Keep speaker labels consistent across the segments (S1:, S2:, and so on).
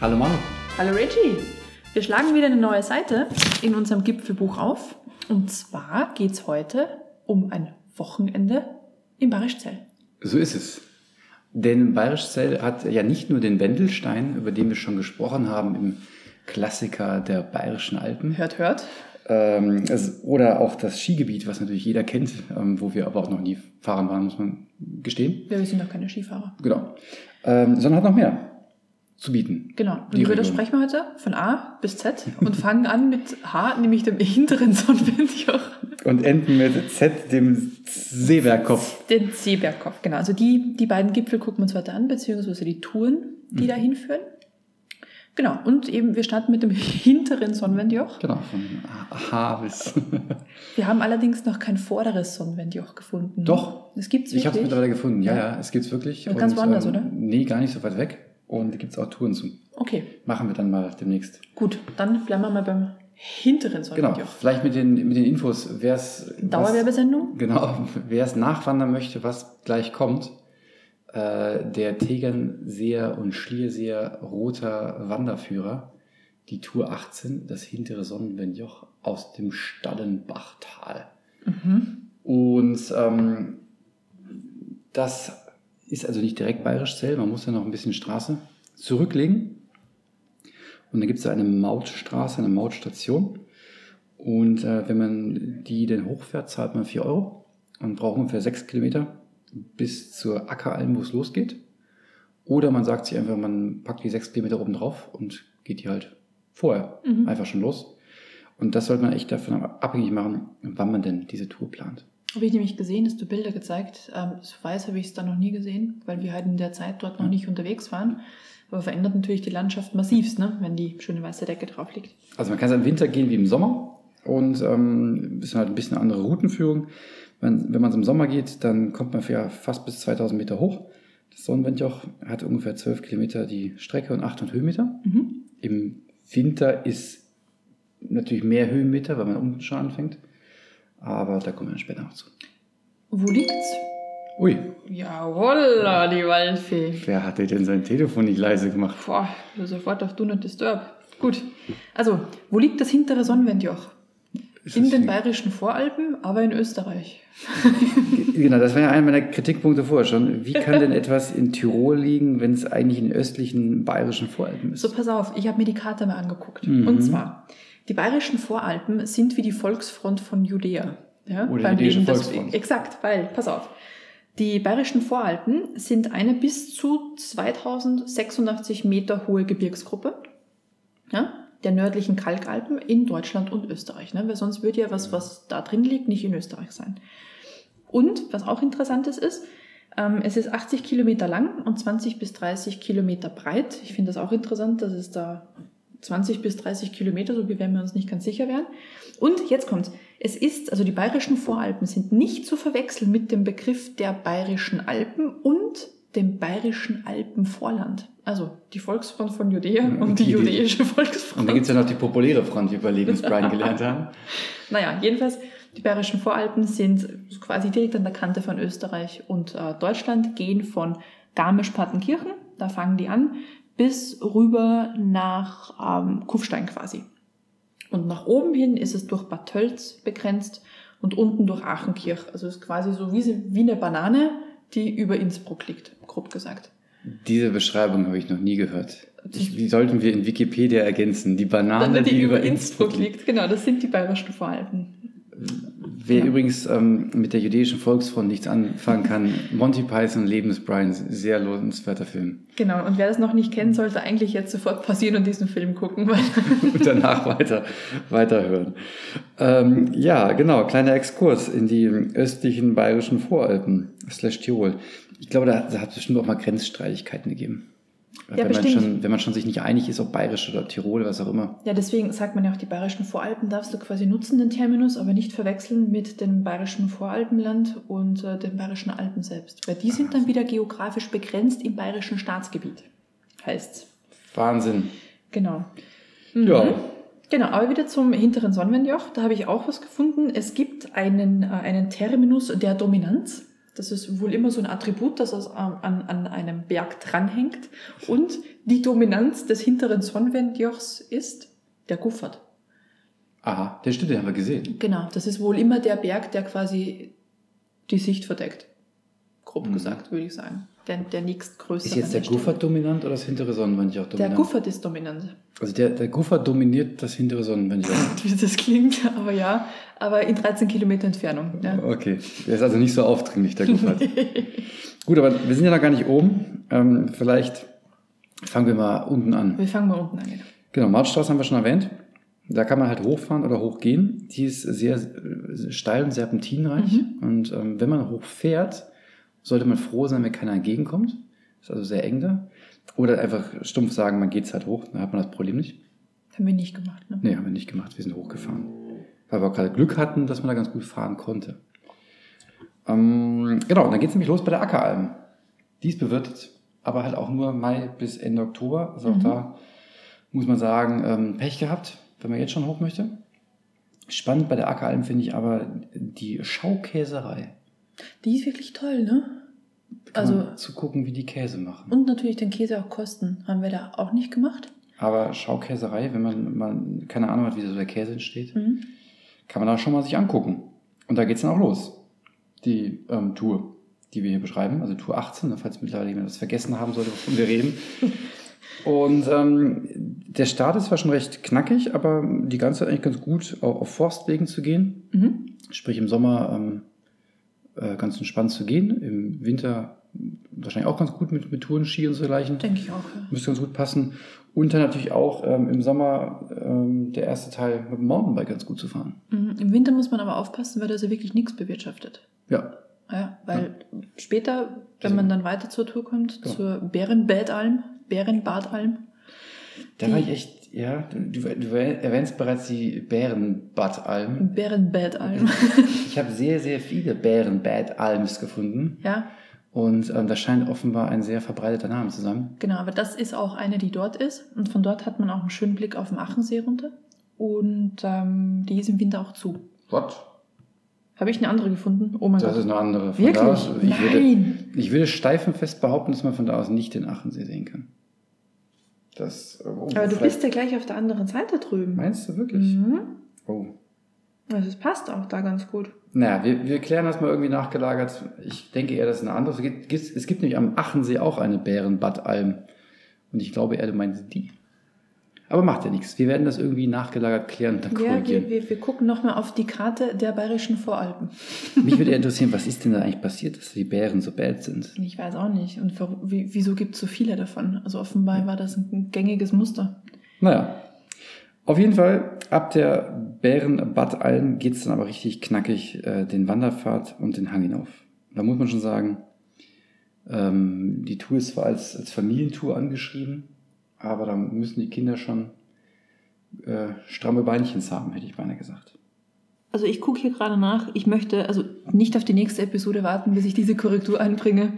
S1: Hallo Manu.
S2: Hallo Reggie. Wir schlagen wieder eine neue Seite in unserem Gipfelbuch auf. Und zwar geht es heute um ein Wochenende in Barischzell.
S1: So ist es. Denn Bayerischzell hat ja nicht nur den Wendelstein, über den wir schon gesprochen haben im Klassiker der Bayerischen Alpen,
S2: Hört, hört.
S1: ähm, es, oder auch das Skigebiet, was natürlich jeder kennt, ähm, wo wir aber auch noch nie fahren waren, muss man gestehen.
S2: Wir sind doch keine Skifahrer.
S1: Genau. Ähm, sondern hat noch mehr zu bieten.
S2: Genau. Und
S1: Die
S2: darüber
S1: Region.
S2: sprechen wir heute von A bis Z und fangen an mit H, nämlich dem hinteren Sonnenwindjoch.
S1: Und enden mit Z, dem Seebergkopf.
S2: Den Seebergkopf, genau. Also die, die beiden Gipfel gucken wir uns heute an, beziehungsweise die Touren, die
S1: Mhm.
S2: da hinführen. Genau. Und eben, wir starten mit dem hinteren Sonnenwindjoch.
S1: Genau, von H bis.
S2: Wir haben allerdings noch kein vorderes Sonnenwindjoch gefunden.
S1: Doch.
S2: Das gibt's wirklich.
S1: Ich habe es mittlerweile gefunden. Ja, ja, es gibt's wirklich. ähm,
S2: Und ganz woanders, oder?
S1: Nee, gar nicht so weit weg. Und da gibt's auch Touren zu.
S2: Okay,
S1: Machen wir dann mal demnächst.
S2: gut. Dann bleiben wir mal beim
S1: Genau.
S2: hinteren Sonnenwindjoch.
S1: Vielleicht mit den, mit den Infos, wer es.
S2: Dauerwerbesendung?
S1: was- Genau. Wer es nachwandern möchte, was gleich kommt. Äh, der Tegernseer und Schlierseer Roter Wanderführer. Die Tour 18, das hintere Sonnenwindjoch aus dem Stallenbachtal.
S2: Mhm.
S1: Und ähm, das ist also nicht direkt Bayerischzell, man muss ja noch ein bisschen Straße zurücklegen. Und dann gibt es da eine Mautstraße, eine Mautstation. Und äh, wenn man die dann hochfährt, zahlt man 4 Euro und braucht ungefähr 6 Kilometer bis zur Ackeralm, wo es losgeht. Oder man sagt sich einfach, man packt die 6 Kilometer oben drauf und geht die halt vorher
S2: Mhm.
S1: einfach schon los. Und das sollte man echt davon abhängig machen, wann man denn diese Tour plant.
S2: Habe ich nämlich gesehen, hast du Bilder gezeigt. Ähm, so weiß habe ich es dann noch nie gesehen, weil wir halt in der Zeit dort noch nicht unterwegs waren. Aber verändert natürlich die Landschaft massivst, ne? wenn die schöne weiße Decke drauf liegt.
S1: Also man kann es im Winter gehen wie im Sommer und ähm, ist halt ein bisschen andere Routenführung. Wenn, wenn man es im Sommer geht, dann kommt man für fast bis 2000 Meter hoch. Das Sonnenwindjoch hat ungefähr 12 Kilometer die Strecke und 800 Höhenmeter.
S2: Mhm.
S1: Im Winter ist natürlich mehr Höhenmeter, weil man unten schon anfängt. Aber da kommen wir später noch zu.
S2: Wo liegt's?
S1: Ui,
S2: Jawolla, die Waldfee.
S1: wer hatte denn sein Telefon nicht leise gemacht?
S2: Boah, sofort auf Do Not Disturb. Gut. Also, wo liegt das hintere Sonnenwindjoch?
S1: Ist
S2: In
S1: das
S2: den
S1: nicht-
S2: bayerischen Voralpen, aber in Österreich.
S1: Genau, das war ja einer meiner Kritikpunkte vorher schon. Wie kann denn etwas in Tirol liegen, wenn es eigentlich in östlichen bayerischen Voralpen ist?
S2: So, pass auf, ich habe mir die Karte mal angeguckt.
S1: Mhm.
S2: Und zwar, die bayerischen Voralpen sind wie die Volksfront von Judäa. Ja,
S1: Oder die
S2: beim
S1: Oh, jüdische
S2: Leben des-
S1: Volksfront.
S2: Exakt, weil, pass auf, die bayerischen Voralpen sind eine bis zu 2086 Meter hohe Gebirgsgruppe ja, der nördlichen Kalkalpen in Deutschland und Österreich. Ne? Weil sonst würde ja was, was da drin liegt, nicht in Österreich sein. Und was auch interessant ist, ist, ähm, es ist 80 Kilometer lang und 20 bis 30 Kilometer breit. Ich finde das auch interessant, dass es da 20 bis 30 Kilometer, so wie wenn wir uns nicht ganz sicher wären. Und jetzt kommt's. Es ist, also die bayerischen Voralpen sind nicht zu verwechseln mit dem Begriff der bayerischen Alpen und dem bayerischen Alpenvorland. Also die Volksfront von Judäa
S1: Ja,
S2: und die
S1: die- die-
S2: judäische
S1: Und
S2: Volksfront.
S1: dann gibt es ja noch die populäre Front, wie wir bei Lebensbrian gelernt haben.
S2: Naja, jedenfalls, die Bayerischen Voralpen sind quasi direkt an der Kante von Österreich und äh, Deutschland, gehen von Garmisch-Partenkirchen, da fangen die an, bis rüber nach ähm, Kufstein quasi. Und nach oben hin ist es durch Bad Tölz begrenzt und unten durch Aachenkirch. Also es ist quasi so wie, sie- wie eine Banane, die über Innsbruck liegt, grob gesagt.
S1: Diese Beschreibung habe ich noch nie gehört. Ich, die sollten wir in Wikipedia ergänzen. Die Banane,
S2: die, über Innsbruck liegt. Genau, das sind die Bayerischen Voralpen.
S1: Wer
S2: Ja.
S1: übrigens ähm, mit der jüdischen Volksfront nichts anfangen kann, Monty Python, Lebensbrian, sehr lohnenswerter Film.
S2: Genau, und wer das noch nicht kennt, sollte eigentlich jetzt sofort passieren und diesen Film gucken, weil
S1: Und danach weiter, weiterhören. Ähm, ja, genau, kleiner Exkurs in die östlichen bayerischen Voralpen, slash Tirol. Ich glaube, da, da hat es bestimmt auch mal Grenzstreitigkeiten gegeben.
S2: Ja,
S1: wenn, man
S2: bestimmt.
S1: schon, wenn man schon sich nicht einig ist, ob bayerisch oder Tirol, was auch immer.
S2: Ja, deswegen sagt man ja auch, die bayerischen Voralpen darfst du quasi nutzen, den Terminus, aber nicht verwechseln mit dem bayerischen Voralpenland und äh, den bayerischen Alpen selbst. Weil die sind dann wieder geografisch begrenzt im bayerischen Staatsgebiet, heißt's.
S1: Wahnsinn.
S2: Genau. Mhm.
S1: Ja.
S2: Genau, aber wieder zum hinteren Sonnenwendjoch. Da habe ich auch was gefunden. Es gibt einen, äh, einen Terminus der Dominanz. Das ist wohl immer so ein Attribut, das aus, ähm, an, an einem Berg dranhängt und die Dominanz des hinteren Sonnenwendjochs ist der Guffert.
S1: Aha, den stimmt, den haben wir gesehen.
S2: Genau, das ist wohl immer der Berg, der quasi die Sicht verdeckt. Grob
S1: Mhm.
S2: gesagt, würde ich sagen. Der, der nächstgrößere.
S1: Ist jetzt der
S2: Stelle.
S1: Guffert dominant oder das hintere Sonnenwendjoch
S2: Der
S1: dominant?
S2: Guffert ist dominant,
S1: Also der, der Guffert dominiert das hintere Sonnenwendjoch.
S2: wie das klingt, aber ja. Aber in 13 Kilometer Entfernung. Ja.
S1: Okay, der ist also nicht so aufdringlich, der Guffert. Gut, aber wir sind ja noch gar nicht oben. Ähm, vielleicht fangen wir mal unten an.
S2: Wir fangen mal unten an. genau.
S1: Genau, Mautstraße haben wir schon erwähnt. Da kann man halt hochfahren oder hochgehen. Die ist sehr äh, steil und serpentinreich.
S2: Mhm.
S1: Und ähm, wenn man hochfährt, sollte man froh sein, wenn keiner entgegenkommt. Ist also sehr eng da. Oder einfach stumpf sagen, man geht's halt hoch, dann hat man das Problem nicht.
S2: Haben wir nicht gemacht. Ne?
S1: Nee, haben wir nicht gemacht. Wir sind hochgefahren. Weil wir auch gerade Glück hatten, dass man da ganz gut fahren konnte. Ähm, genau, und dann geht's nämlich los bei der Ackeralm. Die ist bewirtet, aber halt auch nur Mai bis Ende Oktober. Also auch
S2: Mhm.
S1: da muss man sagen, ähm, Pech gehabt, wenn man jetzt schon hoch möchte. Spannend bei der Ackeralm finde ich aber die Schaukäserei.
S2: Die ist wirklich toll, ne?
S1: Da kann
S2: Also-
S1: man zugucken, wie die Käse machen.
S2: Und natürlich den Käse auch kosten. Haben wir da auch nicht gemacht.
S1: Aber Schaukäserei, wenn man, man keine Ahnung hat, wie so der Käse entsteht,
S2: Mhm.
S1: kann man da schon mal sich angucken. Und da geht's dann auch los. Die ähm, Tour, die wir hier beschreiben, also Tour 18, ne, falls mittlerweile jemand das vergessen haben sollte, wovon wir reden. Und ähm, der Start ist zwar schon recht knackig, aber die ganze Zeit eigentlich ganz gut, auch auf Forstwegen zu gehen.
S2: Mhm.
S1: Sprich im Sommer ähm, äh, ganz entspannt zu gehen, im Winter wahrscheinlich auch ganz gut mit, mit Touren, Ski und so dergleichen.
S2: Denke ich auch. Ja.
S1: Müsste ganz gut passen. Und dann natürlich auch ähm, im Sommer ähm, der erste Teil mit dem Mountainbike ganz gut zu fahren.
S2: Mhm. Im Winter muss man aber aufpassen, weil da ist ja wirklich nichts bewirtschaftet.
S1: Ja,
S2: Ja, weil später, wenn
S1: Also-
S2: man dann weiter zur Tour kommt,
S1: Ja.
S2: zur Bärenbadalm, Bärenbadalm,
S1: Da
S2: Die-
S1: war ich echt, ja, du, du, du erwähnst bereits die Bärenbadalm.
S2: Bärenbadalm,
S1: Ich habe sehr, sehr viele Bärenbadalms gefunden
S2: ja,
S1: und ähm, das scheint offenbar ein sehr verbreiteter Name zu sein.
S2: genau, aber das ist auch eine, die dort ist und von dort hat man auch einen schönen Blick auf den Achensee runter und ähm, die ist im Winter auch zu.
S1: What?
S2: Habe ich eine andere gefunden? Oh mein
S1: Das ist
S2: Gott.
S1: eine andere. Von
S2: Wirklich?
S1: Da aus, ich, würde,
S2: Nein!
S1: ich würde steif und fest behaupten, dass man von da aus nicht den Achensee sehen kann. Das, äh, oh,
S2: Aber du
S1: vielleicht-
S2: bist ja gleich auf der anderen Seite drüben.
S1: Meinst du wirklich?
S2: Mhm.
S1: Oh.
S2: Also es passt auch da ganz gut.
S1: Naja, wir, wir klären das mal irgendwie nachgelagert. Ich denke eher, das ist eine andere. Es gibt, gibt's- es gibt nämlich am Achensee auch eine Bärenbadalm. Und ich glaube, er meinte die. Aber macht ja nichts. Wir werden das irgendwie nachgelagert klären und dann
S2: Ja, wir,
S1: korrigieren.
S2: wir, wir gucken nochmal auf die Karte der bayerischen Voralpen.
S1: Mich würde eher interessieren, was ist denn da eigentlich passiert, dass die Bären so bad sind?
S2: Ich weiß auch nicht. Und warum- wie- wieso gibt es so viele davon? Also offenbar war das ein gängiges Muster.
S1: Naja. Auf jeden Fall, ab der Bärenbadalm geht's dann aber richtig knackig äh, den Wanderpfad und den Hang hinauf. Da muss man schon sagen, ähm, die Tour ist zwar als, als Familientour angeschrieben, aber da müssen die Kinder schon äh, stramme Beinchens haben, hätte ich beinahe gesagt.
S2: Also ich gucke hier gerade nach. Ich möchte also nicht auf die nächste Episode warten, bis ich diese Korrektur anbringe.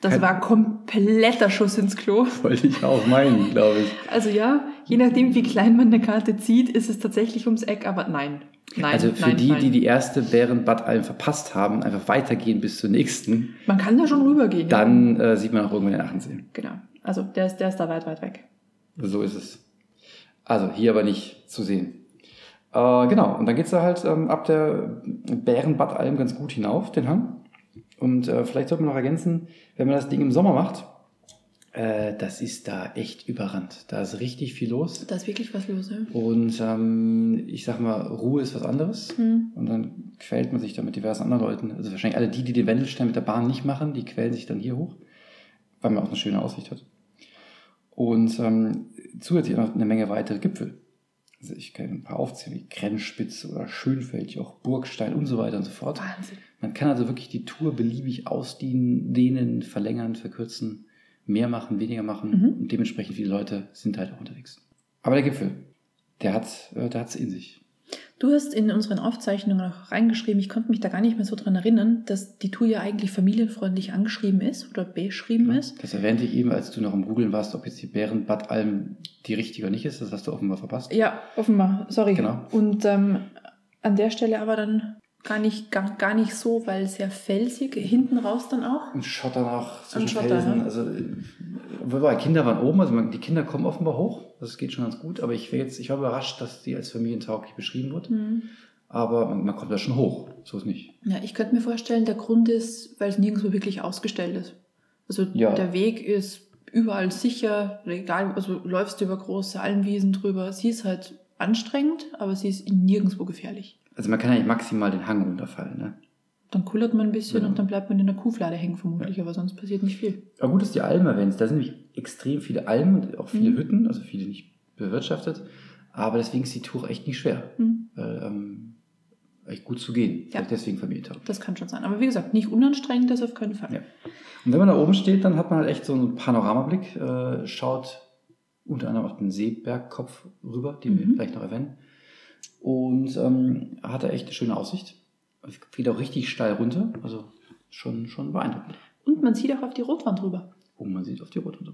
S2: Das
S1: Kein-
S2: war kompletter Schuss ins Klo.
S1: Wollte ich auch meinen, glaube ich.
S2: Also ja, je nachdem, wie klein man eine Karte zieht, ist es tatsächlich ums Eck, aber nein. Nein,
S1: also für
S2: nein,
S1: die,
S2: nein.
S1: die die erste Bärenbadalm verpasst haben, einfach weitergehen bis zur nächsten,
S2: Man kann da schon rübergehen. ja.
S1: dann äh, sieht man auch irgendwann den Achensee.
S2: Genau. Also der ist, der ist da weit, weit weg.
S1: So ist es. Also hier aber nicht zu sehen. Äh, genau, und dann geht's da halt ähm, ab der Bärenbadalm ganz gut hinauf, den Hang. Und äh, vielleicht sollte man noch ergänzen, wenn man das Ding im Sommer macht, äh, das ist da echt überrannt. Da ist richtig viel los.
S2: Da ist wirklich was los, ja.
S1: Und ähm, ich sag mal, Ruhe ist was anderes.
S2: Hm.
S1: Und dann quält man sich da mit diversen anderen Leuten. Also wahrscheinlich alle die, die den Wendelstein mit der Bahn nicht machen, die quälen sich dann hier hoch, weil man auch eine schöne Aussicht hat. Und ähm, zusätzlich noch eine Menge weitere Gipfel. Also ich kann ein paar aufzählen, wie Grenzspitze oder Schönfeld, auch Burgstein und so weiter und so fort.
S2: Wahnsinn.
S1: Man kann also wirklich die Tour beliebig ausdehnen, verlängern, verkürzen, mehr machen, weniger machen.
S2: Mhm.
S1: Und dementsprechend viele Leute sind halt auch unterwegs. Aber der Gipfel, der hat äh, der hat's in sich.
S2: Du hast in unseren Aufzeichnungen auch reingeschrieben, ich konnte mich da gar nicht mehr so dran erinnern, dass die Tour ja eigentlich familienfreundlich angeschrieben ist oder beschrieben ist.
S1: Ne? Das erwähnte ich eben, als du noch im Googlen warst, ob jetzt die Bärenbadalm die richtige oder nicht ist. Das hast du offenbar verpasst.
S2: Ja, offenbar, sorry.
S1: Genau.
S2: Und ähm, an der Stelle aber dann Gar nicht, gar, gar nicht so, weil sehr felsig, hinten raus dann auch.
S1: Ein Schotter nach
S2: Ein
S1: zwischen
S2: Schotter, ne?
S1: Felsen.
S2: ja.
S1: Also, äh, wobei, Kinder waren oben, also man, die Kinder kommen offenbar hoch. Das geht schon ganz gut. Aber ich, wär jetzt, ich war überrascht, dass die als familientauglich beschrieben wird.
S2: Hm.
S1: Aber man, man kommt da schon hoch. So ist nicht.
S2: Ja, ich könnte mir vorstellen, der Grund ist, weil es nirgendwo wirklich ausgestellt ist. Also
S1: Ja.
S2: der Weg ist überall sicher, egal, also läufst du über große Almwiesen drüber. Sie ist halt anstrengend, aber sie ist nirgendwo gefährlich.
S1: Also man kann eigentlich maximal den Hang runterfallen. Ne?
S2: Dann kullert man ein bisschen
S1: Ja.
S2: und dann bleibt man in der Kuhflade hängen vermutlich, aber sonst passiert nicht viel.
S1: Aber gut, dass du die Almen erwähnst. Da sind nämlich extrem viele Almen und auch viele
S2: Mhm.
S1: Hütten, also viele nicht bewirtschaftet. Aber deswegen ist die Tour echt nicht schwer.
S2: Hm.
S1: Weil, ähm, echt gut zu gehen. Vielleicht deswegen Familientag.
S2: Das kann schon sein. Aber wie gesagt, nicht unanstrengend, das auf keinen Fall.
S1: Ja. Und wenn man da oben steht, dann hat man halt echt so einen Panoramablick, äh, schaut unter anderem auf den Seebergkopf rüber, den wir
S2: Mhm.
S1: vielleicht noch erwähnen. Und ähm, hat da echt eine schöne Aussicht. Es geht auch richtig steil runter, also schon, schon beeindruckend.
S2: Und man sieht auch auf die Rotwand rüber.
S1: Und man sieht auf die Rotunter.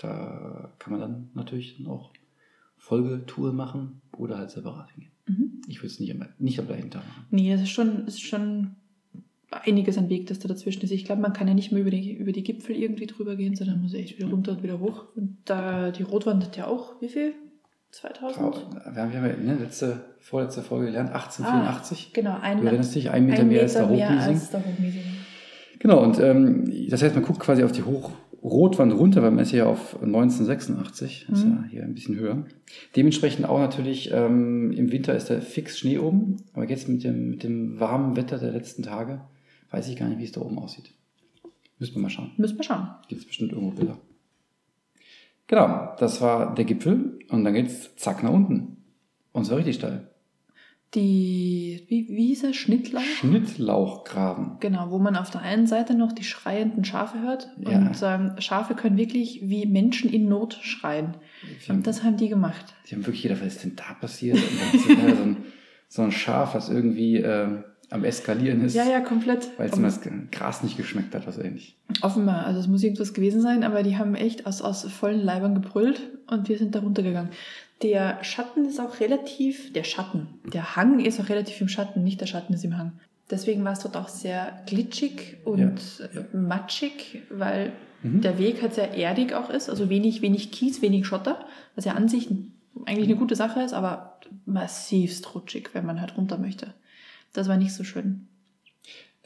S1: Da kann man dann natürlich dann auch Folgetouren machen oder halt separat hingehen.
S2: Mhm.
S1: Ich würde es nicht am, nicht am gleichen Tag machen.
S2: Nee, das ist schon, das ist schon einiges an Weg, das da dazwischen ist. Ich glaube, man kann ja nicht mehr über die, über die Gipfel irgendwie drüber gehen, sondern muss echt wieder runter und wieder hoch. Und da die Rotwand hat ja auch, wie viel? 2000?
S1: Wir haben ja in der letzte, vorletzte Folge gelernt, 1884.
S2: Genau, ein,
S1: Du erinnerst dich, ein Meter
S2: ein
S1: mehr als der
S2: mehr
S1: Hochmiesing.
S2: als der Hochmiesing.
S1: Genau, und ähm, das heißt, man guckt quasi auf die Hoch Rotwand runter, weil man ist hier auf 1986, ist
S2: Mhm.
S1: ja hier ein bisschen höher. Dementsprechend auch natürlich, ähm, im Winter ist da fix Schnee oben, aber jetzt mit dem, mit dem warmen Wetter der letzten Tage weiß ich gar nicht, wie es da oben aussieht. Müssen wir mal schauen.
S2: Müssen wir schauen.
S1: Gibt es bestimmt irgendwo Bilder. Genau, das war der Gipfel und dann geht's zack nach unten. Und zwar richtig steil.
S2: Die, wie, wie hieß er? Schnittlauch?
S1: Schnittlauchgraben.
S2: Genau, wo man auf der einen Seite noch die schreienden Schafe hört.
S1: Ja.
S2: Und ähm, Schafe können wirklich wie Menschen in Not schreien. Und das haben die gemacht.
S1: Die haben wirklich jeder, was ist denn da passiert? Und dann ist sogar so, ein, so ein Schaf, was irgendwie ähm, am Eskalieren ist,
S2: Ja, ja, komplett.
S1: weil es ihm das Gras nicht geschmeckt hat, was ähnlich.
S2: Offenbar, also es muss irgendwas gewesen sein, aber die haben echt aus, aus vollen Leibern gebrüllt und wir sind da runtergegangen. Der Schatten ist auch relativ, der Schatten, der Hang ist auch relativ im Schatten, nicht der Schatten ist im Hang. Deswegen war es dort auch sehr glitschig und
S1: ja.
S2: matschig, weil
S1: Mhm.
S2: der Weg halt sehr erdig auch ist, also wenig, wenig Kies, wenig Schotter, was ja an sich eigentlich eine gute Sache ist, aber massivst rutschig, wenn man halt runter möchte. Das war nicht so schön.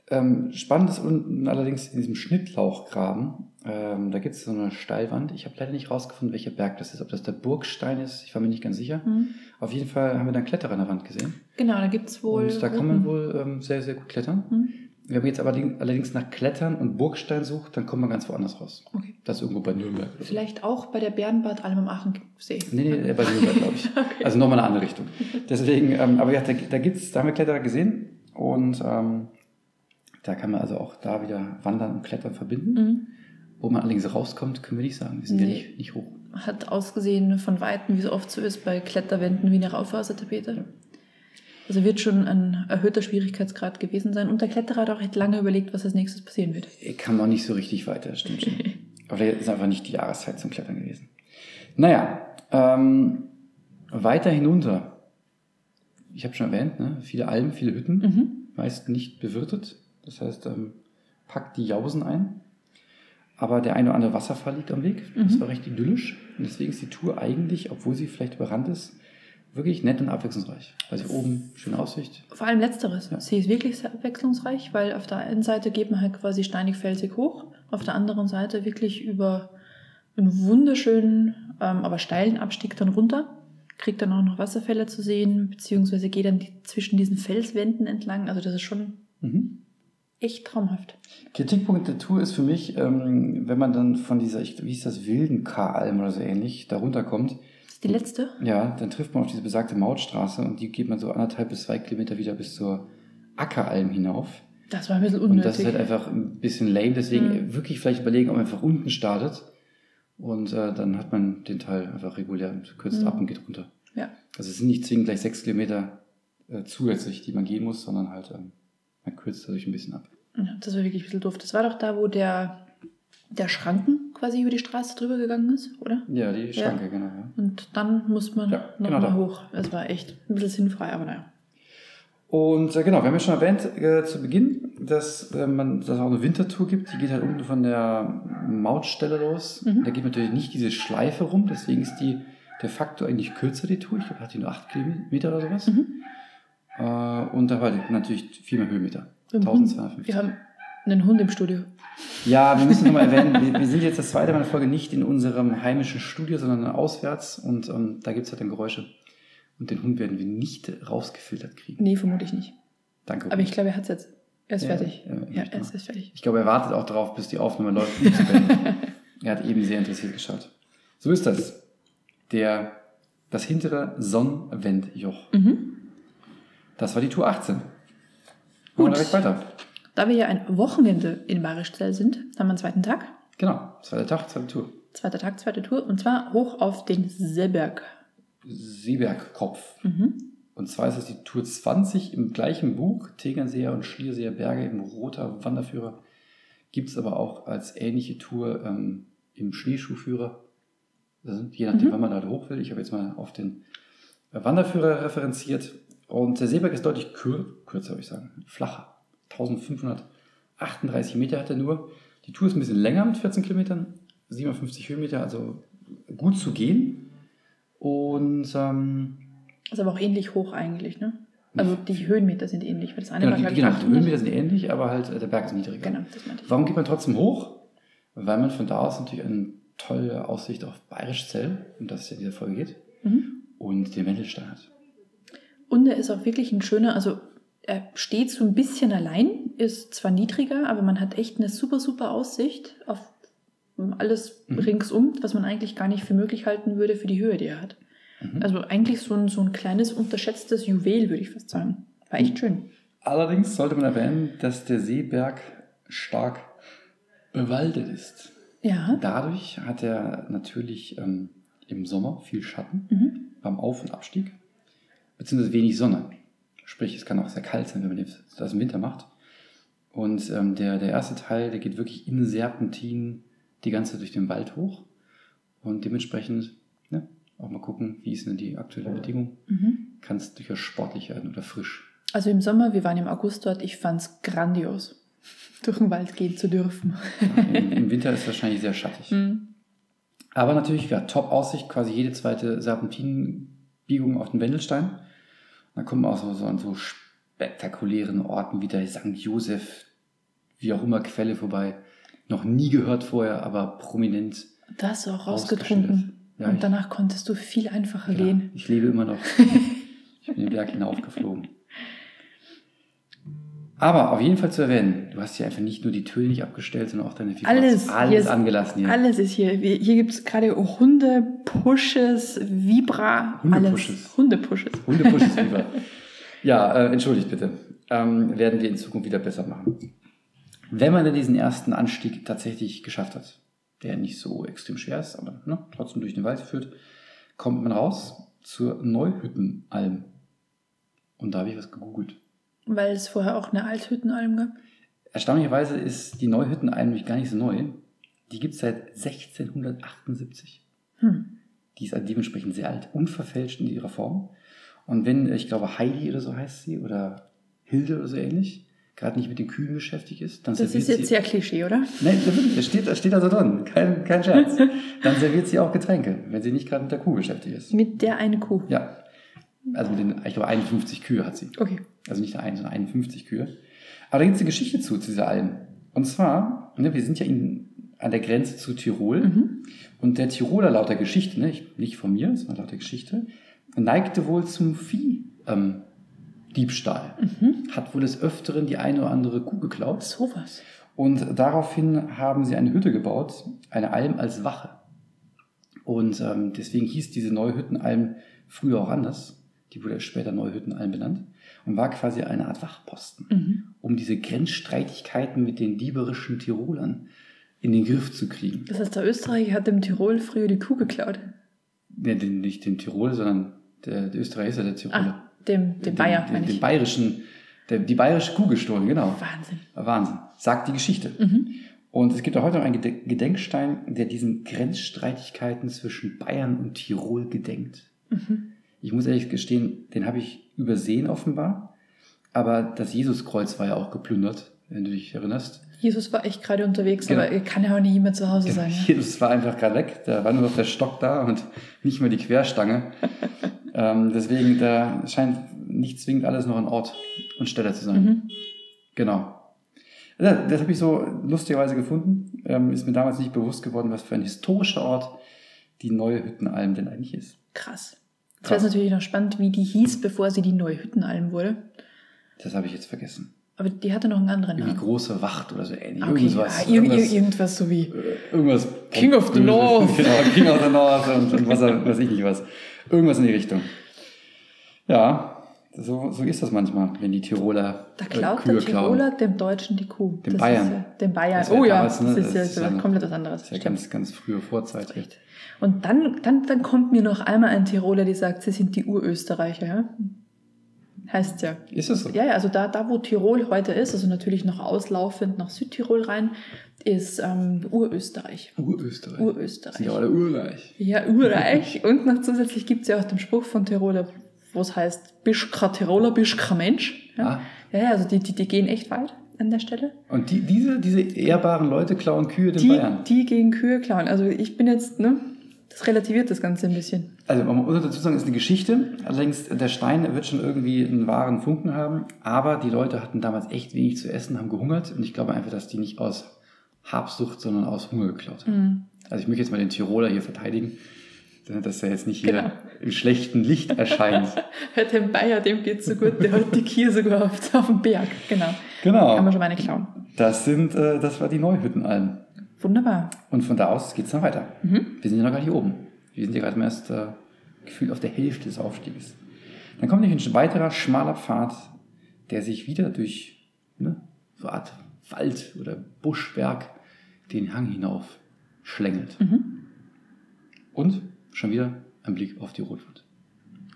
S1: Ähm, spannend ist unten allerdings in diesem Schnittlauchgraben, ähm, da gibt es so eine Steilwand. Ich habe leider nicht rausgefunden, welcher Berg das ist, ob das der Burgstein ist, ich war mir nicht ganz sicher.
S2: Mhm.
S1: Auf jeden Fall haben wir dann Kletterer an der Wand gesehen.
S2: Genau, da gibt es wohl.
S1: und da kann man
S2: Routen.
S1: wohl ähm, sehr, sehr gut klettern.
S2: Mhm.
S1: Wenn man jetzt aber allerdings nach Klettern und Burgstein sucht, dann kommt man ganz woanders raus.
S2: Okay.
S1: Das ist irgendwo bei Nürnberg. oder so.
S2: Vielleicht auch bei der Bärenbad Alm am Aachensee.
S1: Nee, nee, äh, bei Nürnberg, glaube ich. Also nochmal eine andere Richtung. Deswegen, ähm, aber ja, da, da gibt's, da haben wir Kletterer gesehen und ähm, da kann man also auch da wieder Wandern und Klettern verbinden.
S2: Mhm.
S1: Wo man allerdings rauskommt, können wir nicht sagen. Wir sind ja
S2: Nee.
S1: nicht, nicht hoch.
S2: Hat ausgesehen von Weitem, wie so oft so ist, bei Kletterwänden wie eine Raufasertapete. Also wird schon ein erhöhter Schwierigkeitsgrad gewesen sein. Und der Kletterer hat auch recht lange überlegt, was als nächstes passieren wird.
S1: Kann man nicht so richtig weiter, das stimmt schon. aber vielleicht ist einfach nicht die Jahreszeit zum Klettern gewesen. Naja, ähm, weiter hinunter. Ich habe schon erwähnt, ne? viele Alben, viele Hütten.
S2: Mhm.
S1: meist nicht bewirtet. Das heißt, ähm, packt die Jausen ein. Aber der eine oder andere Wasserfall liegt am Weg. Das
S2: Mhm.
S1: war recht idyllisch. Und deswegen ist die Tour eigentlich, obwohl sie vielleicht überrannt ist, wirklich nett und abwechslungsreich. Also oben schöne Aussicht.
S2: Vor allem letzteres.
S1: Ja.
S2: Sie ist wirklich sehr abwechslungsreich, weil auf der einen Seite geht man halt quasi steinig-felsig hoch, auf der anderen Seite wirklich über einen wunderschönen, ähm, aber steilen Abstieg dann runter, kriegt dann auch noch Wasserfälle zu sehen, beziehungsweise geht dann die, zwischen diesen Felswänden entlang. Also das ist schon
S1: Mhm.
S2: echt traumhaft.
S1: Kritikpunkt der Tour ist für mich, ähm, wenn man dann von dieser, ich- wie hieß das, wilden K-Alm oder so ähnlich, da runterkommt,
S2: Das ist die letzte.
S1: ja, dann trifft man auf diese besagte Mautstraße und die geht man so anderthalb bis zwei Kilometer wieder bis zur Ackeralm hinauf.
S2: Das war ein bisschen
S1: Und das ist
S2: unnötig.
S1: halt einfach ein bisschen lame, deswegen
S2: Mhm.
S1: wirklich vielleicht überlegen, ob man einfach unten startet und äh, dann hat man den Teil einfach regulär und kürzt
S2: Mhm.
S1: ab und geht runter.
S2: Ja.
S1: Also es sind nicht zwingend gleich sechs Kilometer äh, zusätzlich, die man gehen muss, sondern halt ähm, man kürzt dadurch ein bisschen ab.
S2: ja, das war wirklich ein bisschen doof. Das war doch da, wo der, der Schranken quasi über die Straße drüber gegangen ist, oder?
S1: Ja, die Schranke, genau. Ja.
S2: Und dann muss man
S1: Ja,
S2: noch
S1: genau
S2: nochmal
S1: da.
S2: hoch. Es war echt ein bisschen sinnfrei, aber naja.
S1: Und äh, genau, wir haben ja schon erwähnt äh, zu Beginn, dass äh, man dass es auch eine Wintertour gibt. Die geht halt unten von der Mautstelle los.
S2: Mhm.
S1: Da geht natürlich nicht diese Schleife rum, deswegen ist die de facto eigentlich kürzer, die Tour. Ich glaube, hat die nur 8 Kilometer oder sowas.
S2: Mhm.
S1: Äh, und da war die natürlich viel mehr Höhenmeter.
S2: Mit dem Hund.
S1: 1250.
S2: Wir haben einen Hund im Studio.
S1: Ja, wir müssen nochmal erwähnen, wir, wir sind jetzt das zweite Mal in der Folge nicht in unserem heimischen Studio, sondern auswärts und ähm, da gibt's halt dann Geräusche. Und den Hund werden wir nicht rausgefiltert kriegen.
S2: Nee, vermutlich nicht.
S1: Danke.
S2: Aber ich glaube, er hat es jetzt. Er ist
S1: Ja,
S2: fertig.
S1: ja, genau.
S2: Ja,
S1: ich
S2: er
S1: mach.
S2: ist jetzt fertig.
S1: ich glaube, er wartet auch darauf, bis die Aufnahme läuft. um zu beenden. er hat eben sehr interessiert geschaut. So ist das. Der, das hintere Sonnenwendjoch.
S2: Mhm.
S1: Das war die Tour 18.
S2: Gut.
S1: Und direkt weiter.
S2: Da wir ja ein Wochenende in Barischzell sind, haben wir einen zweiten Tag.
S1: Genau. Zweiter Tag, zweite Tour.
S2: Zweiter Tag, zweite Tour. Und zwar hoch auf den Seeberg.
S1: Seebergkopf.
S2: Mhm.
S1: Und zwar ist es die Tour 20 im gleichen Buch, Tegernseer und Schlierseer Berge im Roter Wanderführer. Gibt es aber auch als ähnliche Tour ähm, im Schneeschuhführer. Das sind, je nachdem,
S2: Mhm.
S1: wann man da hoch will. Ich habe jetzt mal auf den äh, Wanderführer referenziert. Und der Seeberg ist deutlich kür kürzer, würde ich sagen. Flacher. 1538 Meter hat er nur. Die Tour ist ein bisschen länger mit 14 Kilometern. 57 Höhenmeter, also gut zu gehen. Und ähm,
S2: Ist aber auch ähnlich hoch eigentlich, ne? Also die Höhenmeter sind ähnlich, weil das eine
S1: Mhm. Genau,
S2: war,
S1: die,
S2: glaube ich,
S1: genau, die
S2: 800.
S1: Höhenmeter sind ähnlich, aber halt äh, der Berg ist niedriger.
S2: Genau, das meinte ich.
S1: Warum geht man trotzdem hoch? Weil man von da aus natürlich eine tolle Aussicht auf Bayerischzell, um das es ja in dieser Folge geht,
S2: Mhm.
S1: und den Wendelstein hat.
S2: Und er ist auch wirklich ein schöner, also er steht so ein bisschen allein, ist zwar niedriger, aber man hat echt eine super, super Aussicht auf alles
S1: Mhm.
S2: ringsum, was man eigentlich gar nicht für möglich halten würde für die Höhe, die er hat.
S1: Mhm.
S2: Also eigentlich so ein, so ein kleines, unterschätztes Juwel, würde ich fast sagen. War echt schön.
S1: Allerdings sollte man erwähnen, dass der Seeberg stark bewaldet ist.
S2: Ja.
S1: Dadurch hat er natürlich ähm, im Sommer viel Schatten
S2: Mhm.
S1: beim Auf- und Abstieg, beziehungsweise wenig Sonne. Sprich, es kann auch sehr kalt sein, wenn man das im Winter macht. Und ähm, der, der erste Teil, der geht wirklich in Serpentinen die ganze durch den Wald hoch. Und dementsprechend ne, auch mal gucken, wie ist denn die aktuelle Bedingung.
S2: Mhm.
S1: Kann es durchaus sportlich werden oder frisch.
S2: Also im Sommer, wir waren im August dort, ich fand es grandios, durch den Wald gehen zu dürfen.
S1: Ja, Im, Im Winter ist es wahrscheinlich sehr schattig.
S2: Mhm.
S1: Aber natürlich, ja, Top-Aussicht, quasi jede zweite Serpentinenbiegung auf den Wendelstein. Und dann kommen wir auch so, so an so spektakulären Orten wie der St. Josef, wie auch immer, Quelle vorbei. Noch nie gehört vorher, aber prominent.
S2: Da hast du auch
S1: Ausgeschildert.
S2: rausgetrunken.
S1: Ja, ich-
S2: Und danach konntest du viel einfacher
S1: Klar,
S2: gehen.
S1: Ich lebe immer noch. ich bin den Berg hinaufgeflogen. Aber auf jeden Fall zu erwähnen, du hast hier einfach nicht nur die Tür nicht abgestellt, sondern auch deine Figur.
S2: Alles, hier
S1: alles
S2: ist
S1: angelassen hier.
S2: Alles ist hier. Wir- Hier gibt es gerade Hunde, Pushes, Vibra,
S1: Hundepushes.
S2: alles. Hundepushes.
S1: Hundepush ist lieber. Ja, äh, entschuldigt bitte. Ähm, werden wir in Zukunft wieder besser machen. Wenn man dann diesen ersten Anstieg tatsächlich geschafft hat, der nicht so extrem schwer ist, aber ne, trotzdem durch den Wald führt, kommt man raus zur Neuhüttenalm. Und da habe ich was gegoogelt.
S2: Weil es vorher auch eine Althüttenalm gab.
S1: Erstaunlicherweise ist die Neuhüttenalm nämlich gar nicht so neu. Die gibt es seit 1678.
S2: Hm.
S1: Die ist also dementsprechend sehr alt, unverfälscht in ihrer Form. Und wenn, äh, ich glaube, Heidi oder so heißt sie oder Hilde oder so ähnlich, gerade nicht mit den Kühen beschäftigt ist, dann
S2: Das ist
S1: serviert
S2: jetzt
S1: Also sie.
S2: sehr Klischee, oder?
S1: Nein, das steht, das steht also drin, kein, kein Scherz. Dann serviert sie auch Getränke, wenn sie nicht gerade mit der Kuh beschäftigt ist.
S2: Mit der eine Kuh.
S1: Ja. Also mit den, ich glaube, 51 Kühe hat sie.
S2: Okay.
S1: Also nicht eine, sondern 51 Kühe. Aber da gibt es eine Geschichte zu, zu dieser Alm. Und zwar, ne, wir sind ja in, an der Grenze zu Tirol.
S2: Mhm.
S1: Und der Tiroler lauter Geschichte, ne, ich, nicht von mir, sondern lauter Geschichte, neigte wohl zum Vieh-Diebstahl. Ähm, Diebstahl.
S2: Mhm.
S1: Hat wohl des Öfteren die eine oder andere Kuh geklaut.
S2: So was.
S1: Und daraufhin haben sie eine Hütte gebaut, eine Alm als Wache. Und ähm, deswegen hieß diese Neuhüttenalm früher auch anders. Die wurde später Neuhüttenalm benannt. Und war quasi eine Art Wachposten,
S2: Mhm.
S1: um diese Grenzstreitigkeiten mit den dieberischen Tirolern in den Griff zu kriegen.
S2: Das heißt, der Österreicher hat dem Tirol früher die Kuh geklaut.
S1: Ne, den, nicht den Tiroler, sondern der, der Österreicher ist ja der Tiroler.
S2: Ah, dem, dem, Bayer,
S1: Den,
S2: meine
S1: den
S2: ich.
S1: bayerischen, der, die bayerische Kuh gestohlen, genau.
S2: Wahnsinn.
S1: Wahnsinn. Sagt die Geschichte.
S2: Mhm.
S1: Und es gibt auch heute noch einen Gede- Gedenkstein, der diesen Grenzstreitigkeiten zwischen Bayern und Tirol gedenkt.
S2: Mhm.
S1: Ich muss ehrlich gestehen, den habe ich übersehen offenbar. Aber das Jesuskreuz war ja auch geplündert, wenn du dich erinnerst.
S2: Jesus war echt gerade unterwegs,
S1: Genau.
S2: aber er kann ja auch nicht immer zu Hause sein. ne?
S1: Jesus war einfach gerade weg, da war nur noch der Stock da und nicht mehr die Querstange. ähm, deswegen, da scheint nicht zwingend alles noch an Ort und Stelle zu sein.
S2: Mhm.
S1: Genau. Ja, Das habe ich so lustigerweise gefunden. Ähm, ist mir damals nicht bewusst geworden, was für ein historischer Ort die neue Hüttenalm denn eigentlich ist.
S2: Krass. Jetzt wäre
S1: Krass.
S2: es natürlich noch spannend, wie die hieß, bevor sie die neue Hüttenalm wurde.
S1: Das habe ich jetzt vergessen.
S2: Aber die hatte noch einen anderen
S1: Irgendwie
S2: Namen.
S1: große Wacht oder so ähnlich.
S2: Ah, Okay,
S1: Irgendwas,
S2: ja, irgend,
S1: irgendwas,
S2: irgendwas, irgendwas so wie.
S1: äh, irgendwas.
S2: King of the North.
S1: genau, King of the North und, und was weiß ich nicht was. Irgendwas in die Richtung. Ja, so, so ist das manchmal, wenn die Tiroler
S2: Da
S1: äh,
S2: klaut
S1: Kühe
S2: der
S1: klauen.
S2: Tiroler dem Deutschen die Kuh.
S1: Dem
S2: das
S1: Bayern.
S2: Ist ja, dem Bayern.
S1: Das war
S2: Oh ja,
S1: damals, ne,
S2: das ist ja,
S1: das ist ja
S2: so
S1: noch-
S2: komplett was anderes.
S1: Das ist ja
S2: Stimmt.
S1: ganz, ganz frühe Vorzeit. hier.
S2: Recht. Und dann, dann, dann kommt mir noch einmal ein Tiroler, die sagt, sie sind die Urösterreicher. Ja? Heißt ja.
S1: Ist das so?
S2: Ja, ja, also da, da, wo Tirol heute ist, also natürlich noch auslaufend nach Südtirol rein, ist ähm, Urösterreich.
S1: Urösterreich. Sind
S2: Urösterreich.
S1: ja alle Urreich.
S2: Ja, Urreich. Und noch zusätzlich gibt es ja auch den Spruch von Tiroler, wo es heißt, bist kein Tiroler, bist kein Mensch. Ja,
S1: Ah,
S2: ja, ja also die, die, die gehen echt weit an der Stelle.
S1: Und die, diese, diese ehrbaren Leute klauen Kühe den
S2: Die,
S1: Bayern.
S2: die gegen Kühe klauen. Also ich bin jetzt, ne, das relativiert das Ganze ein bisschen.
S1: Also man muss dazu sagen, ist eine Geschichte. Allerdings, der Stein wird schon irgendwie einen wahren Funken haben. Aber die Leute hatten damals echt wenig zu essen, haben gehungert. Und ich glaube einfach, dass die nicht aus Habsucht, sondern aus Hunger geklaut haben.
S2: Mhm.
S1: Also ich möchte jetzt mal den Tiroler hier verteidigen, dass er jetzt nicht hier
S2: Genau.
S1: im schlechten Licht erscheint.
S2: Halt dem Bayer, dem geht's so gut, der hat die Kier sogar auf, auf dem Berg. Genau. Kann man
S1: genau.
S2: schon mal eine klauen.
S1: Das sind, äh, das war die Neuhüttenalm.
S2: Wunderbar.
S1: Und von da aus geht's dann weiter.
S2: Mhm.
S1: Wir sind ja noch gar nicht oben. Wir sind ja gerade mal erst äh, gefühlt auf der Hälfte des Aufstieges. Dann kommt nämlich ein weiterer schmaler Pfad, der sich wieder durch ne, so eine Art Wald oder Buschwerk den Hang hinauf schlängelt.
S2: Mhm.
S1: Und schon wieder ein Blick auf die Rotwand.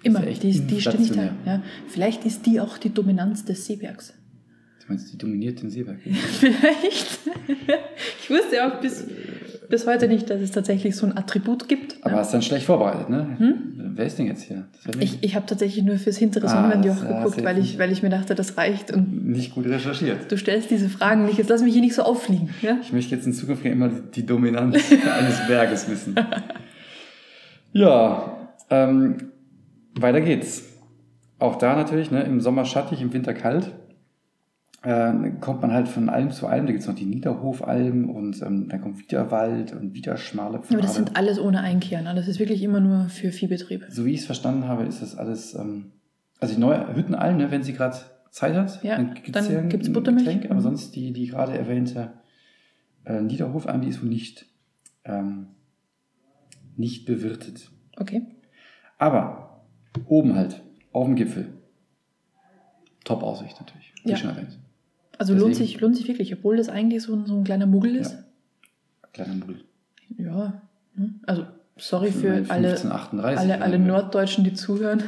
S2: Immer.
S1: Ist ja echt
S2: die, die steht nicht da.
S1: inflationär.
S2: Ja. Vielleicht ist die auch die Dominanz des Seebergs.
S1: Du meinst, die dominiert den Seeberg.
S2: Vielleicht. ich wusste auch bis, bis heute nicht, dass es tatsächlich so ein Attribut gibt.
S1: Aber
S2: ja.
S1: hast dann schlecht vorbereitet, ne?
S2: Hm?
S1: Wer ist denn jetzt hier? Das hat
S2: Ich, ich habe tatsächlich nur fürs hintere
S1: Ah,
S2: Sonnenwende
S1: das-
S2: auch
S1: das
S2: geguckt,
S1: ist
S2: weil ich,
S1: nicht-
S2: weil ich mir dachte, das reicht. Und
S1: nicht gut recherchiert.
S2: du stellst diese Fragen nicht. Jetzt lass mich hier nicht so auffliegen. Ja?
S1: Ich möchte jetzt in Zukunft immer die, die Dominanz eines Berges wissen. Ja, ähm, weiter geht's. Auch da natürlich, ne, im Sommer schattig, im Winter kalt. Äh, kommt man halt von Alm zu Alm. Da gibt's noch die Niederhofalm und ähm, dann kommt wieder Wald und wieder schmale Pfade.
S2: Aber das sind alles ohne Einkehren. ne? Das ist wirklich immer nur für Viehbetrieb.
S1: so wie ich es verstanden habe, ist das alles. Ähm, also die neue Hüttenalm, ne, wenn sie gerade Zeit hat,
S2: Ja,
S1: gibt's
S2: dann
S1: hier ein
S2: gibt's Buttermilch.
S1: Getränk, aber
S2: Mhm.
S1: sonst die, die gerade erwähnte äh, Niederhofalm, die ist wohl nicht, ähm, nicht bewirtet.
S2: Okay.
S1: Aber oben halt, auf dem Gipfel. Top Aussicht natürlich. Wie
S2: Ja.
S1: schon erwähnt.
S2: Also lohnt
S1: Deswegen-
S2: sich, lohnt sich wirklich, obwohl das eigentlich so ein, so ein kleiner Muggel ist.
S1: Kleiner Muggel.
S2: Ja. Hm. Also, sorry für
S1: Mein
S2: alle,
S1: 1538
S2: alle, alle
S1: Muggel.
S2: Norddeutschen, die zuhören.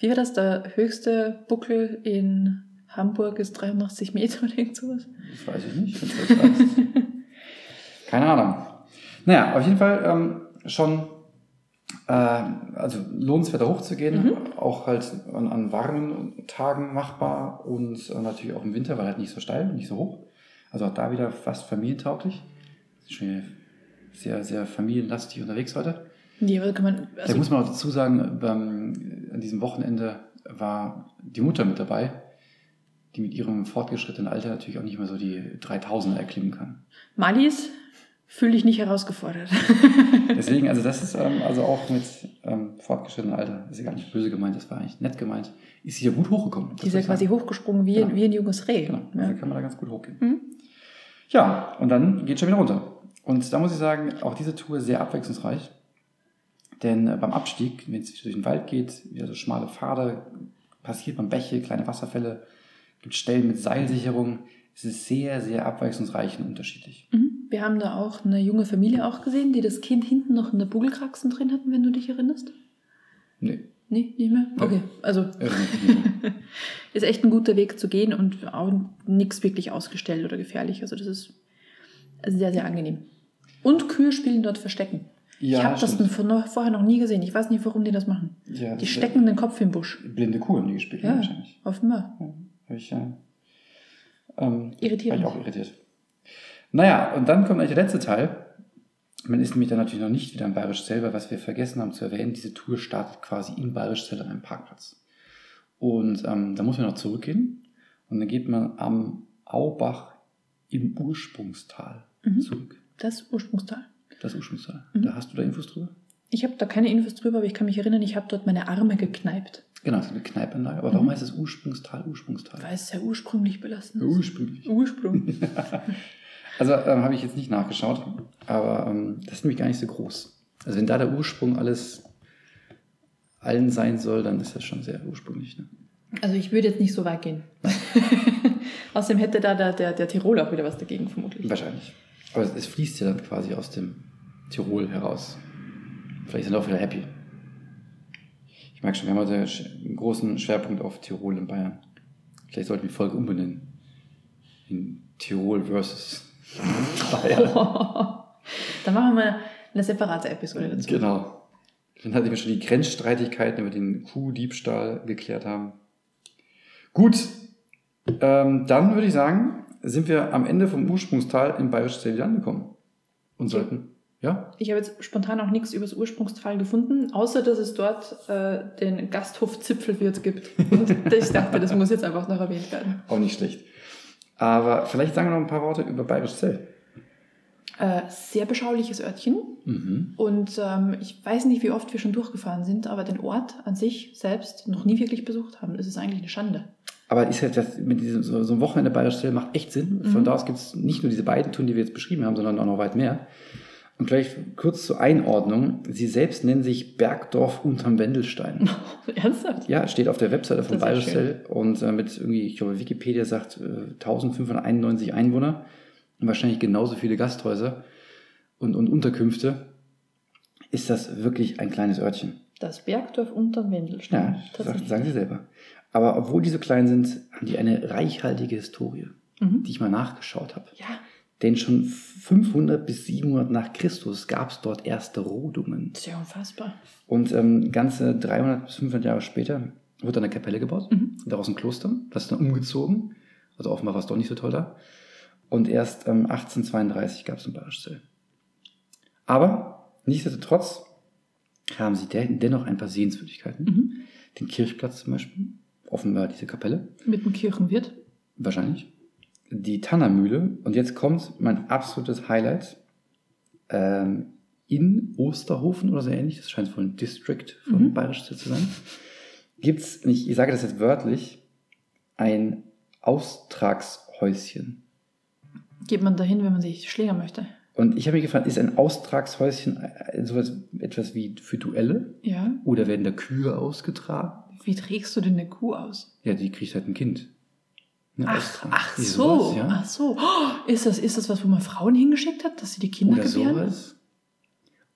S2: Wie war das? Der höchste Buckel in Hamburg ist 83 Meter oder irgend sowas.
S1: Das weiß ich nicht. ob du das weißt. Keine Ahnung. Naja, auf jeden Fall ähm, schon äh, also lohnenswerter hochzugehen, auch halt an, an warmen Tagen machbar und äh, natürlich auch im Winter, weil halt nicht so steil, nicht so hoch. Also auch da wieder fast familientauglich. Ist Schon wieder sehr, sehr familienlastig unterwegs heute.
S2: Nee, aber da kann man.
S1: Da
S2: Also,
S1: muss man auch dazu sagen, beim, an diesem Wochenende war die Mutter mit dabei, die mit ihrem fortgeschrittenen Alter natürlich auch nicht mehr so die 3000er erklimmen kann.
S2: Malis, fühl dich nicht herausgefordert.
S1: Deswegen, also das ist ähm, also auch mit ähm, fortgeschrittenem Alter, ist ja gar nicht böse gemeint, das war eigentlich nett gemeint, ist sie ja gut hochgekommen. das
S2: Die ist ja
S1: muss ich
S2: quasi
S1: sagen.
S2: hochgesprungen wie,
S1: Genau.
S2: wie ein junges Reh.
S1: Genau,
S2: Ja.
S1: also kann man da ganz gut hochgehen.
S2: Hm?
S1: Ja, und dann geht schon wieder runter. Und da muss ich sagen, auch diese Tour sehr abwechslungsreich. Denn äh, beim Abstieg, wenn es durch den Wald geht, wieder so schmale Pfade, passiert man Bäche, kleine Wasserfälle, gibt Stellen mit Seilsicherung. Es ist sehr, sehr abwechslungsreich und unterschiedlich.
S2: Mhm. Wir haben da auch eine junge Familie auch gesehen, die das Kind hinten noch in der Bugelkraxen drin hatten, wenn du dich erinnerst.
S1: Nee,
S2: Nee, nicht mehr?
S1: Ja.
S2: Okay, also
S1: irgendwie.
S2: ist echt ein guter Weg zu gehen und auch nichts wirklich ausgestellt oder gefährlich. Also das ist also sehr, sehr angenehm. Und Kühe spielen dort Verstecken. ich habe das
S1: stimmt.
S2: von noch, vorher noch nie gesehen. Ich weiß nicht, warum die das machen.
S1: ja, das
S2: Die
S1: ist
S2: stecken den Kopf im Busch.
S1: ja Blinde Kuh haben die gespielt, ne,
S2: Ja.
S1: wahrscheinlich.
S2: Offenbar.
S1: Ja. Hab ich, äh, ähm, war
S2: Irritierend.
S1: ich auch irritiert. Naja, und dann kommt eigentlich der letzte Teil. Man ist nämlich dann natürlich noch nicht wieder in Bayerisch Zell, weil was wir vergessen haben zu erwähnen, diese Tour startet quasi in Bayerisch Zell an einem Parkplatz. Und ähm, da muss man noch zurückgehen und dann geht man am Aubach im Ursprungstal
S2: Mhm.
S1: zurück.
S2: Das Ursprungstal.
S1: Das Ursprungstal.
S2: Mhm.
S1: Da hast du da Infos drüber?
S2: Ich habe da keine Infos drüber, aber ich kann mich erinnern, ich habe dort meine Arme gekneipt,
S1: Genau, so eine Kneipanlage. Aber warum
S2: Mhm.
S1: heißt es Ursprungstal, Ursprungstal?
S2: weil es ja ursprünglich belassen ist.
S1: Ursprünglich.
S2: Ursprung.
S1: Also ähm, habe ich jetzt nicht nachgeschaut, aber ähm, das ist nämlich gar nicht so groß. Also wenn da der Ursprung alles allen sein soll, dann ist das schon sehr ursprünglich. Ne?
S2: Also ich würde jetzt nicht so weit gehen. Außerdem hätte da der, der, der Tirol auch wieder was dagegen, vermutlich.
S1: Wahrscheinlich. Aber es, es fließt ja dann quasi aus dem Tirol heraus. Vielleicht sind auch wieder happy. Ich merke schon, wir haben heute sch- einen großen Schwerpunkt auf Tirol und Bayern. Vielleicht sollten wir die Folge umbenennen. In Tirol versus Bayern.
S2: Dann machen wir eine separate Episode dazu.
S1: Genau. Dann hatten wir schon die Grenzstreitigkeiten über den Kuhdiebstahl geklärt haben. Gut, ähm, dann würde ich sagen, sind wir am Ende vom Ursprungstal in Bayerisch Zell wieder angekommen. Und sollten, ja,
S2: Ich habe jetzt spontan auch nichts über das Ursprungstal gefunden, außer dass es dort äh, den Gasthof Zipfelwirt gibt. Und ich dachte, das muss jetzt einfach noch erwähnt werden.
S1: auch nicht schlecht. Aber vielleicht sagen wir noch ein paar Worte über Bayerisch Zell.
S2: Äh, sehr beschauliches Örtchen.
S1: Mhm.
S2: Und ähm, ich weiß nicht, wie oft wir schon durchgefahren sind, aber den Ort an sich selbst noch nie wirklich besucht haben. Das ist eigentlich eine Schande.
S1: Aber ist halt das mit diesem, so, so ein Wochenende Bayerisch Zell macht echt Sinn. Von
S2: Mhm.
S1: da aus gibt es nicht nur diese beiden Touren, die wir jetzt beschrieben haben, sondern auch noch weit mehr. Und vielleicht kurz zur Einordnung. Sie selbst nennen sich Bergdorf unterm Wendelstein.
S2: Ernsthaft?
S1: Ja, steht auf der Webseite von
S2: Das ist ja
S1: Bayerischzell und äh, mit irgendwie, ich glaube, Wikipedia sagt äh, 1591 Einwohner und wahrscheinlich genauso viele Gasthäuser und, und Unterkünfte. Ist das wirklich ein kleines Örtchen?
S2: Das Bergdorf unterm Wendelstein.
S1: Ja, sagen, sagen Sie selber. Aber obwohl die so klein sind, haben die eine reichhaltige Historie,
S2: Mhm.
S1: die ich mal nachgeschaut habe.
S2: Ja,
S1: Denn schon 500 bis 700 nach Christus gab es dort erste Rodungen.
S2: das ist ja unfassbar.
S1: Und ähm, ganze 300 bis 500 Jahre später wurde da eine Kapelle gebaut,
S2: Mhm.
S1: daraus ein Kloster, das ist dann umgezogen. Also offenbar war es doch nicht so toll da. Und erst ähm, 1832 gab es ein Bayerischzell. Aber nichtsdestotrotz haben sie den, dennoch ein paar Sehenswürdigkeiten.
S2: Mhm.
S1: Den Kirchplatz zum Beispiel, offenbar diese Kapelle,
S2: Mit dem Kirchenwirt.
S1: wahrscheinlich. Die Tannermühle. Und jetzt kommt mein absolutes Highlight. Ähm, in Osterhofen oder so ähnlich, das scheint wohl ein District von
S2: Mhm.
S1: Bayerischzell zu sein, gibt es, ich, ich sage das jetzt wörtlich, ein Austragshäuschen.
S2: Geht man dahin, wenn man sich schlägern möchte.
S1: Und ich habe mich gefragt, ist ein Austragshäuschen äh, sowas etwas wie für Duelle?
S2: Ja.
S1: Oder werden da Kühe ausgetragen?
S2: Wie trägst du denn eine Kuh aus?
S1: Ja, die kriegt halt ein Kind. Ne,
S2: Ach,
S1: austragen.
S2: ach
S1: Ist
S2: so,
S1: sowas, ja.
S2: ach so. Oh, Ist das, ist das was, wo man Frauen hingeschickt hat, dass sie die Kinder
S1: Oder
S2: gebären?
S1: sowas.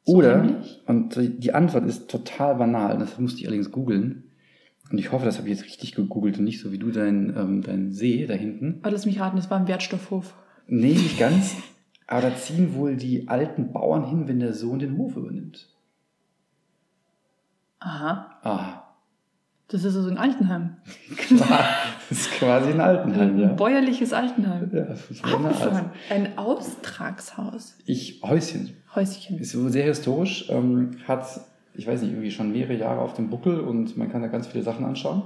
S2: So
S1: Oder,
S2: ähnlich?
S1: und die Antwort ist total banal, das musste ich allerdings googeln. Und ich hoffe, das habe ich jetzt richtig gegoogelt und nicht so wie du dein, ähm, dein See da hinten.
S2: Aber lass mich raten, das war ein Wertstoffhof.
S1: Nee, nicht ganz. Aber da ziehen wohl die alten Bauern hin, wenn der Sohn den Hof übernimmt.
S2: Aha.
S1: Ah,
S2: Das ist also ein Altenheim.
S1: das ist quasi ein Altenheim,
S2: Ein
S1: ja.
S2: bäuerliches Altenheim.
S1: ja also das ist
S2: Abgefahren.
S1: wunderbar.
S2: Ein Austragshaus.
S1: ich, Häuschen.
S2: Häuschen.
S1: Ist wohl sehr historisch, ähm, hat, ich weiß nicht, irgendwie schon mehrere Jahre auf dem Buckel und man kann da ganz viele Sachen anschauen.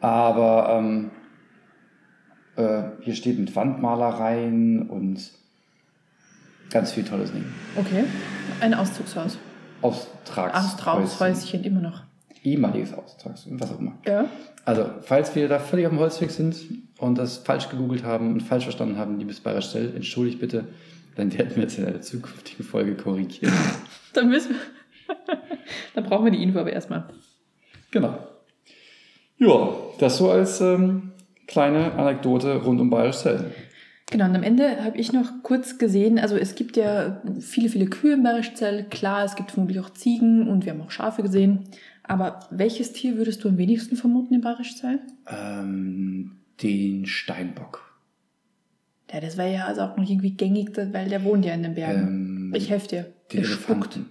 S1: Aber ähm, äh, hier steht mit Wandmalereien und ganz viel tolles Ding.
S2: Okay. Ein Auszugshaus.
S1: Austragshäuschen.
S2: Austragshäuschen, immer noch.
S1: Ehemaliges Austrags und was auch immer.
S2: Ja.
S1: Also, falls wir da völlig auf dem Holzweg sind und das falsch gegoogelt haben und falsch verstanden haben, liebes Bayerische Stell, entschuldigt bitte, dann werden wir es in einer zukünftigen Folge korrigieren.
S2: Dann müssen wir. Dann brauchen wir die Info aber erstmal.
S1: Genau. Ja, das so als ähm, kleine Anekdote rund um Bayerisch Zell.
S2: Genau, und am Ende habe ich noch kurz gesehen, also es gibt ja viele, viele Kühe im Berichtzell, klar, es gibt vermutlich auch Ziegen und wir haben auch Schafe gesehen. Aber welches Tier würdest du am wenigsten vermuten im Berichtzell?
S1: Ähm, den Steinbock.
S2: Ja, das wäre ja also auch noch irgendwie gängig, weil der wohnt ja in den Bergen.
S1: Ähm,
S2: ich helfe dir.
S1: den
S2: Es spuckt.
S1: Elefanten.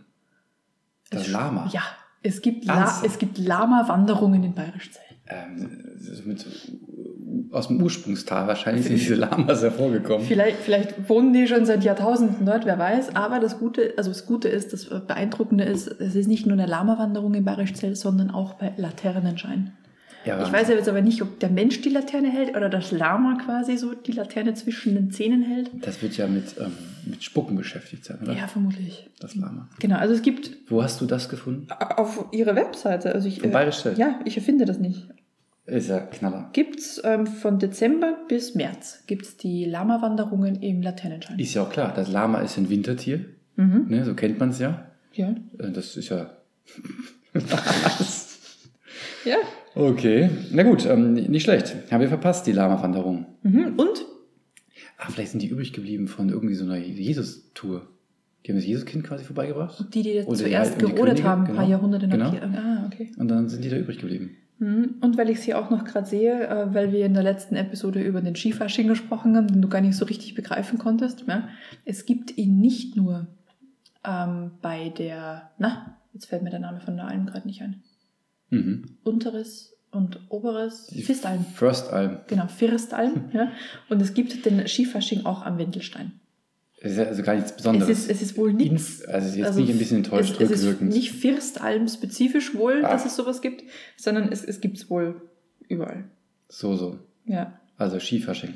S1: Das
S2: Es
S1: Lama.
S2: Ja, es gibt, La
S1: Ernsthaft?
S2: es gibt Lama-Wanderungen in Berichtzell.
S1: ähm, so mit, aus dem Ursprungstal wahrscheinlich sind diese Lamas hervorgekommen.
S2: Vielleicht, vielleicht wohnen die schon seit Jahrtausenden dort, wer weiß. Aber das Gute, also das Gute ist, das Beeindruckende ist, es ist nicht nur eine Lama-Wanderung in Bayerischzell, sondern auch bei Laternenschein.
S1: Ja,
S2: Ich weiß ja jetzt aber nicht, ob der Mensch die Laterne hält oder das Lama quasi so die Laterne zwischen den Zähnen hält.
S1: Das wird ja mit, ähm, mit Spucken beschäftigt sein, oder?
S2: Ja, vermutlich.
S1: Das Lama.
S2: Genau, also es gibt
S1: Wo hast du das gefunden?
S2: auf ihrer Webseite, also ich,
S1: Von
S2: äh,
S1: Bayerischzell?
S2: ja, ich erfinde das nicht.
S1: Ist ja Knaller.
S2: Gibt's ähm, von Dezember bis März gibt's die Lama-Wanderungen im Laternenschein.
S1: Ist ja auch klar, das Lama ist ein Wintertier,
S2: Mhm.
S1: ne? so kennt man es ja.
S2: Ja.
S1: Äh, Das ist ja.
S2: Ja.
S1: okay, na gut, ähm, nicht schlecht. Haben wir verpasst, die Lama-Wanderung.
S2: Mhm. Und
S1: Ah, vielleicht sind die übrig geblieben von irgendwie so einer Jesus-Tour. Die haben das Jesuskind quasi vorbeigebracht
S2: die, die
S1: Oder Oh, die
S2: zuerst
S1: Alten, die
S2: gerodet
S1: Könige,
S2: haben, ein paar
S1: genau.
S2: Jahrhunderte noch
S1: Genau.
S2: hier. Ah, okay.
S1: und dann sind die da übrig geblieben.
S2: Mhm. Und weil ich es hier auch noch gerade sehe, äh, weil wir in der letzten Episode über den Skifasching gesprochen haben, den du gar nicht so richtig begreifen konntest, ja? es gibt ihn nicht nur ähm, bei der, na, jetzt fällt mir der Name von der Alm gerade nicht ein.
S1: Mhm.
S2: Unteres und oberes
S1: Die Hm.
S2: Fistalm.
S1: First Alm.
S2: Genau, Firstalm. ja. Und es gibt den Skifasching auch am Windelstein.
S1: Ist ja also gar nichts
S2: Es
S1: Besonderes.
S2: ist, es ist wohl nichts.
S1: Ins- Also jetzt
S2: Also
S1: bin ich ein bisschen
S2: Es,
S1: enttäuscht
S2: es ist
S1: rückwirkend.
S2: nicht Firstalm-spezifisch wohl,
S1: Ah.
S2: dass es sowas gibt, sondern es, es gibt es wohl überall.
S1: so, so.
S2: Ja.
S1: Also Skifasching.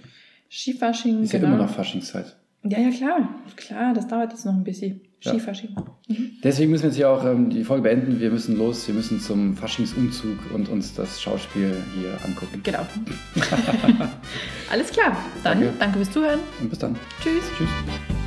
S2: Skifasching, genau.
S1: Ist ja immer noch Faschingszeit.
S2: ja, ja, klar. Klar, das dauert jetzt noch ein bisschen.
S1: Ja.
S2: Skifasching. Mhm.
S1: Deswegen müssen wir jetzt hier auch ähm, die Folge beenden. Wir müssen los, wir müssen zum Faschingsumzug und uns das Schauspiel hier angucken.
S2: Genau. Alles klar. Dann
S1: Danke.
S2: danke fürs Zuhören.
S1: Und bis dann.
S2: Tschüss.
S1: Tschüss.